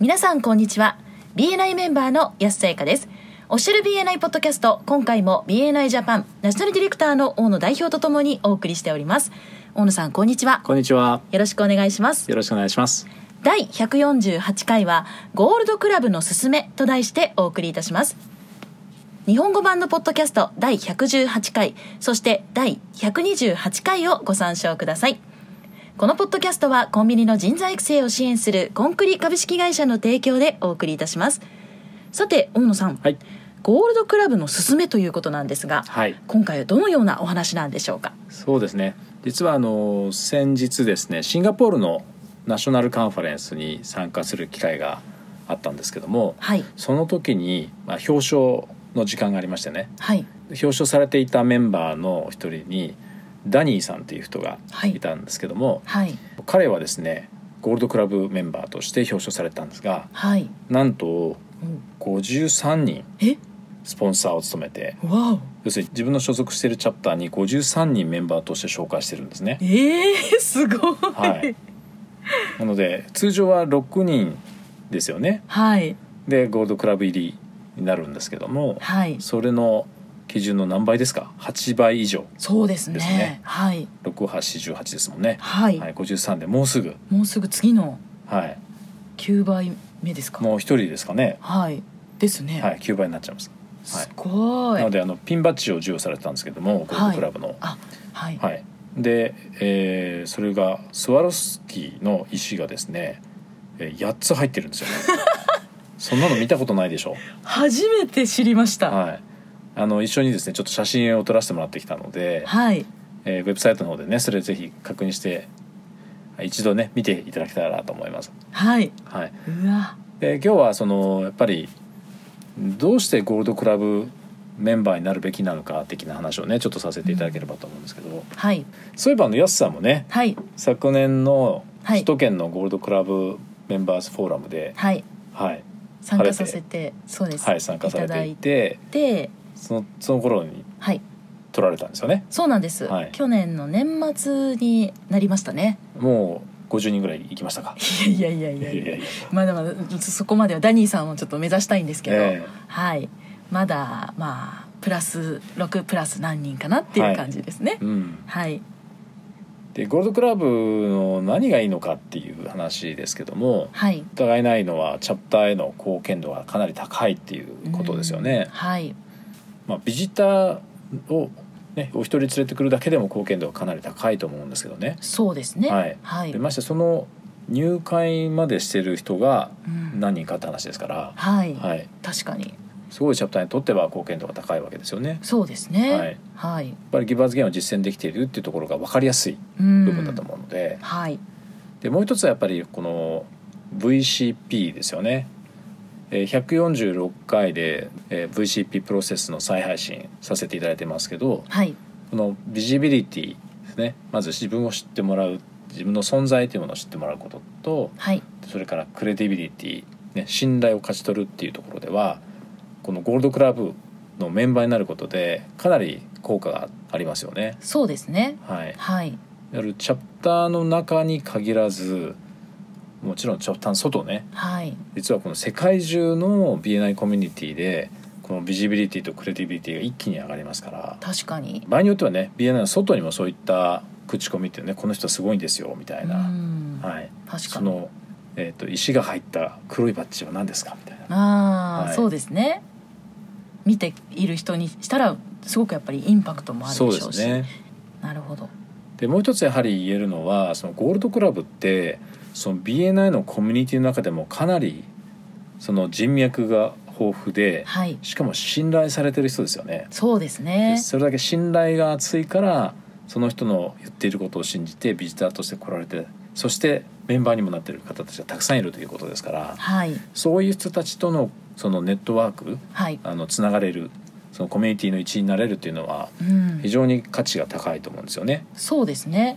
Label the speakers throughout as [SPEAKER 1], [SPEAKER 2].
[SPEAKER 1] 皆さんこんにちは BNI メンバーの安さやかですおっしゃる BNI ポッドキャスト今回も BNI ジャパンナショナルディレクターの大野代表とともにお送りしております大野さんこんにちは
[SPEAKER 2] こんにちは。
[SPEAKER 1] よろしくお願いします
[SPEAKER 2] よろしくお願いします。
[SPEAKER 1] 第148回は「ゴールドクラブのすすめ」と題してお送りいたします日本語版のポッドキャスト第118回そして第128回をご参照くださいこのポッドキャストはコンビニの人材育成を支援するコンクリ株式会社の提供でお送りいたしますさて大野さん、
[SPEAKER 2] はい。
[SPEAKER 1] ゴールドクラブのすすめということなんですが、
[SPEAKER 2] はい。
[SPEAKER 1] 今回はどのようなお話なんでしょうか
[SPEAKER 2] そうですね。実はあの先日ですね、シンガポールのナショナルカンファレンスに参加する機会があったんですけども、
[SPEAKER 1] はい
[SPEAKER 2] その時にまあ表彰の時間がありましてね、
[SPEAKER 1] はい
[SPEAKER 2] 表彰されていたメンバーの一人にダニーさんっていう人がいたんですけども、
[SPEAKER 1] はい
[SPEAKER 2] 彼はですね、ゴールドクラブメンバーとして表彰されたんですが、
[SPEAKER 1] はい、
[SPEAKER 2] なんと
[SPEAKER 1] うん
[SPEAKER 2] 53人
[SPEAKER 1] え
[SPEAKER 2] スポンサーを務めて
[SPEAKER 1] わお
[SPEAKER 2] 要するに自分の所属しているチャプターに53人メンバーとして紹介してるんですね。
[SPEAKER 1] ええすごい。
[SPEAKER 2] はい。なので通常は6人ですよね
[SPEAKER 1] はい。
[SPEAKER 2] でゴールドクラブ入りになるんですけども
[SPEAKER 1] はい。
[SPEAKER 2] それの基準の何倍ですか8倍以上
[SPEAKER 1] そうですね。
[SPEAKER 2] ですね
[SPEAKER 1] はい。
[SPEAKER 2] 6848ですもんね、
[SPEAKER 1] はい、
[SPEAKER 2] はい、53でもうすぐ、
[SPEAKER 1] もうすぐ次の
[SPEAKER 2] はい、
[SPEAKER 1] 9倍目ですか。
[SPEAKER 2] もう1人ですかね、
[SPEAKER 1] はい。ですね。
[SPEAKER 2] はい、9倍になっちゃいます。
[SPEAKER 1] すごい。
[SPEAKER 2] なのであのピンバッジを授与されてたんですけどもゴールドクラブの。
[SPEAKER 1] あ、はい。
[SPEAKER 2] はい、で、えーそれがスワロフスキーの石がですね、えー、8つ入ってるんですよ、ね、そんなの見たことないでしょ、
[SPEAKER 1] 初めて知りました。は
[SPEAKER 2] はい、あの一緒にですねちょっと写真を撮らせてもらってきたので
[SPEAKER 1] い。、
[SPEAKER 2] えーウェブサイトの方でねそれぜひ確認して一度ね見ていただけたらと思います、
[SPEAKER 1] はい。
[SPEAKER 2] はい、
[SPEAKER 1] うわ。
[SPEAKER 2] で今日はそのやっぱりどうしてゴールドクラブメンバーになるべきなのか的な話をねちょっとさせていただければと思うんですけど
[SPEAKER 1] はい。
[SPEAKER 2] そういえばあのヤスさんもね
[SPEAKER 1] はい。
[SPEAKER 2] 昨年の
[SPEAKER 1] はい
[SPEAKER 2] 首都圏のゴールドクラブメンバーズフォーラムで、
[SPEAKER 1] はい。
[SPEAKER 2] はい
[SPEAKER 1] 参加させて。そうです。
[SPEAKER 2] はい、参加されていて
[SPEAKER 1] いただいて。
[SPEAKER 2] そのその頃に
[SPEAKER 1] はい。
[SPEAKER 2] 取られたんですよね
[SPEAKER 1] そうなんです、
[SPEAKER 2] はい
[SPEAKER 1] 去年の年末になりましたね。
[SPEAKER 2] もう50人ぐらい行きましたか
[SPEAKER 1] いやいやい
[SPEAKER 2] い
[SPEAKER 1] やい
[SPEAKER 2] やい
[SPEAKER 1] や。
[SPEAKER 2] やいや
[SPEAKER 1] まだまだそこまではダニーさんをちょっと目指したいんですけど。
[SPEAKER 2] え
[SPEAKER 1] はい、まだまあプラス6プラス何人かなっていう感じですね
[SPEAKER 2] え。うん、
[SPEAKER 1] はい、
[SPEAKER 2] でゴールドクラブの何がいいのかっていう話ですけども
[SPEAKER 1] はい、
[SPEAKER 2] 疑いないのはチャプターへの貢献度がかなり高いっていうことですよね
[SPEAKER 1] うん、はい、
[SPEAKER 2] まあ、ビジターを、ね、お一人連れてくるだけでも貢献度がかなり高いと思うんですけどね
[SPEAKER 1] そうですね。
[SPEAKER 2] はい
[SPEAKER 1] はい
[SPEAKER 2] で、ましてその入会までしてる人が
[SPEAKER 1] うん
[SPEAKER 2] 何人かって話ですから、
[SPEAKER 1] はい、
[SPEAKER 2] はい、
[SPEAKER 1] 確かに
[SPEAKER 2] すごいチャプターにとっては貢献度が高いわけですよね。
[SPEAKER 1] そうです
[SPEAKER 2] はい、
[SPEAKER 1] ね。
[SPEAKER 2] や
[SPEAKER 1] はい、
[SPEAKER 2] っぱりギバーズゲームを実践できているっていうところが分かりやすい
[SPEAKER 1] うん
[SPEAKER 2] 部分だと思うので,、
[SPEAKER 1] はい、
[SPEAKER 2] でもう一つはやっぱりこの VCP ですよね。えー146回で、えー VCP プロセスの再配信させていただいてますけど
[SPEAKER 1] はい、
[SPEAKER 2] このビジビリティですねまず自分を知ってもらう自分の存在というものを知ってもらうことと
[SPEAKER 1] はい、
[SPEAKER 2] それからクレディビリティ、ね、信頼を勝ち取るっていうところではこのゴールドクラブのメンバーになることでかなり効果がありますよね。
[SPEAKER 1] そうですね。
[SPEAKER 2] はい、
[SPEAKER 1] はい、
[SPEAKER 2] やるチャプターの中に限らずもちろんチャプターの外ね
[SPEAKER 1] はい、
[SPEAKER 2] 実はこの世界中の BNI コミュニティでこのビジビリティとクレディビリティが一気に上がりますから
[SPEAKER 1] 確かに。
[SPEAKER 2] 場合によってはね BNI の外にもそういった口コミっていうねこの人すごいんですよみたいうな、
[SPEAKER 1] ん、
[SPEAKER 2] はい、
[SPEAKER 1] 確か
[SPEAKER 2] そ
[SPEAKER 1] に。
[SPEAKER 2] の、えー、と石が入った黒いバッジは何ですかみたいな
[SPEAKER 1] ああ、
[SPEAKER 2] はい
[SPEAKER 1] そうですね。見ている人にしたらすごくやっぱりインパクトもあるでしょうし。
[SPEAKER 2] ね
[SPEAKER 1] なるほど。
[SPEAKER 2] でもう一つやはり言えるのはそのゴールドクラブってその BNI のコミュニティの中でもかなりその人脈が豊富で
[SPEAKER 1] はい、
[SPEAKER 2] しかも信頼されてる人ですよね
[SPEAKER 1] そうです
[SPEAKER 2] で
[SPEAKER 1] ね。
[SPEAKER 2] それだけ信頼が厚いからその人の言っていることを信じてビジターとして来られてそしてメンバーにもなっている方たちがたくさんいるということですから
[SPEAKER 1] はい
[SPEAKER 2] そういう人たちとのそのネットワーク
[SPEAKER 1] はい。
[SPEAKER 2] あのつながれるそのコミュニティの一員になれるというのは
[SPEAKER 1] うん
[SPEAKER 2] 非、常に価値が高いと思うんですよね。
[SPEAKER 1] そうですね。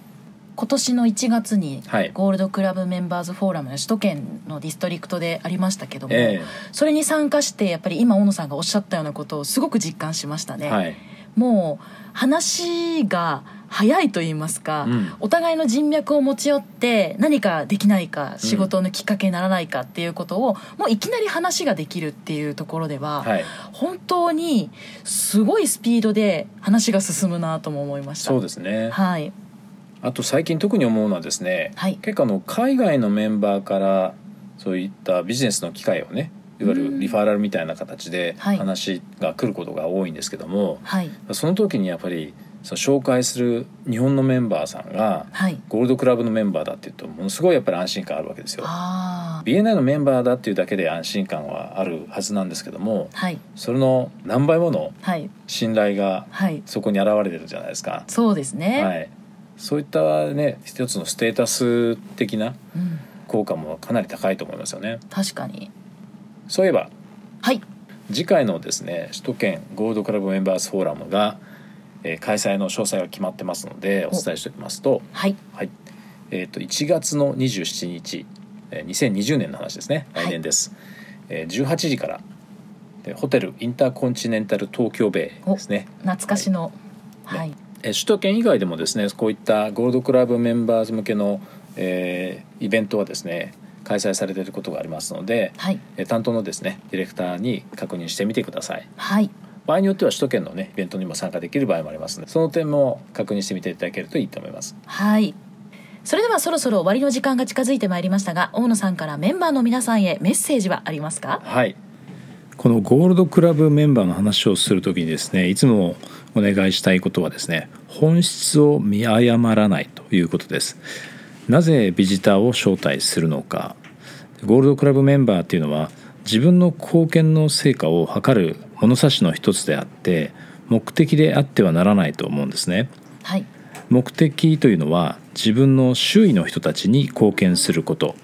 [SPEAKER 1] 今年の1月に
[SPEAKER 2] はい、
[SPEAKER 1] ゴールドクラブメンバーズフォーラムの首都圏のディストリクトでありましたけども、
[SPEAKER 2] え
[SPEAKER 1] それに参加してやっぱり今小野さんがおっしゃったようなことをすごく実感しました
[SPEAKER 2] え
[SPEAKER 1] ね。
[SPEAKER 2] はい、
[SPEAKER 1] もう話が早いと言いますか、
[SPEAKER 2] うん
[SPEAKER 1] お互いの人脈を持ち寄って何かできないか仕事のきっかけにならないかっていうことを、もういきなり話ができるっていうところでは、
[SPEAKER 2] はい
[SPEAKER 1] 本当にすごいスピードで話が進むなとも思いました。
[SPEAKER 2] そうですね、
[SPEAKER 1] はい、
[SPEAKER 2] あと最近特に思うのはですね、
[SPEAKER 1] はい
[SPEAKER 2] 結構あの海外のメンバーからそういったビジネスの機会をねいわゆ
[SPEAKER 1] う
[SPEAKER 2] る
[SPEAKER 1] ん
[SPEAKER 2] リファラルみたいな形で
[SPEAKER 1] はい
[SPEAKER 2] 話が来ることが多いんですけども、
[SPEAKER 1] はい、
[SPEAKER 2] その時にやっぱりその紹介する日本のメンバーさんが
[SPEAKER 1] はい、
[SPEAKER 2] ゴールドクラブのメンバーだっていうとものすごいやっぱり安心感あるわけですよ。
[SPEAKER 1] あ
[SPEAKER 2] BNI のメンバーだっていうだけで安心感はあるはずなんですけども
[SPEAKER 1] あ、はい、
[SPEAKER 2] それの何倍もの
[SPEAKER 1] はい、
[SPEAKER 2] 信頼が
[SPEAKER 1] はい、
[SPEAKER 2] そこに現れてるじゃないですか。
[SPEAKER 1] そうですね。
[SPEAKER 2] はい、そういったね一つのステータス的な
[SPEAKER 1] うん、
[SPEAKER 2] 効果もかなり高いと思いますよね
[SPEAKER 1] 確かに。
[SPEAKER 2] そういえば
[SPEAKER 1] はい、
[SPEAKER 2] 次回のですね首都圏ゴールドクラブメンバーズフォーラムが、えー開催の詳細が決まってますのでお伝えしておきますと,、
[SPEAKER 1] はい、
[SPEAKER 2] はいえー、と1月の27日えー2020年の話ですね
[SPEAKER 1] はい
[SPEAKER 2] 来年です、えー18時からでホテルインターコンチネンタル東京ベイですね
[SPEAKER 1] 懐かしの。はい、
[SPEAKER 2] ねえー首都圏以外でもですねこういったゴールドクラブメンバーズ向けの、えーイベントはですね開催されていることがありますので、
[SPEAKER 1] はい、
[SPEAKER 2] えー担当のですねディレクターに確認してみてください
[SPEAKER 1] はい、
[SPEAKER 2] 場合によっては首都圏のねイベントにも参加できる場合もありますのでその点も確認してみていただけるといいと思います
[SPEAKER 1] はい。それではそろそろ終わりの時間が近づいてまいりましたが、大野さんからメンバーの皆さんへメッセージはありますか？
[SPEAKER 2] はい
[SPEAKER 3] このゴールドクラブメンバーの話をするときにですねいつもお願いしたいことはですね本質を見誤らないということですなぜビジターを招待するのかゴールドクラブメンバーっていうのは自分の貢献の成果を測る物差しの一つであって目的であってはならないと思うんですね
[SPEAKER 1] はい、
[SPEAKER 3] 目的というのは自分の周囲の人たちに貢献すること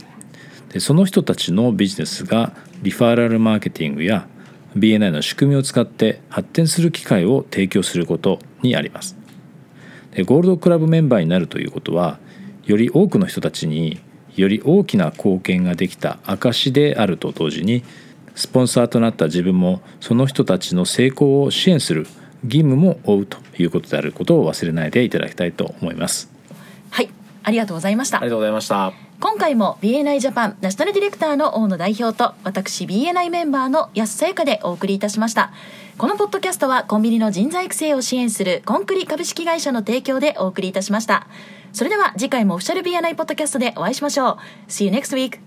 [SPEAKER 3] でその人たちのビジネスがリファーラルマーケティングや BNI の仕組みを使って発展する機会を提供することにありますでゴールドクラブメンバーになるということはより多くの人たちにより大きな貢献ができた証であると同時にスポンサーとなった自分もその人たちの成功を支援する義務も負うということであることを忘れないでいただきたいと思います。
[SPEAKER 1] はい、ありがとうございまし
[SPEAKER 2] あ
[SPEAKER 1] た
[SPEAKER 2] りが。とうございました
[SPEAKER 1] 今回も BNI ジャパンナショナルディレクターの大野代表と私 BNI メンバーの安さゆかでお送りいたしましたこのポッドキャストはコンビニの人材育成を支援するコンクリ株式会社の提供でお送りいたしましたそれでは次回もオフィシャル BNI ポッドキャストでお会いしましょう See you next week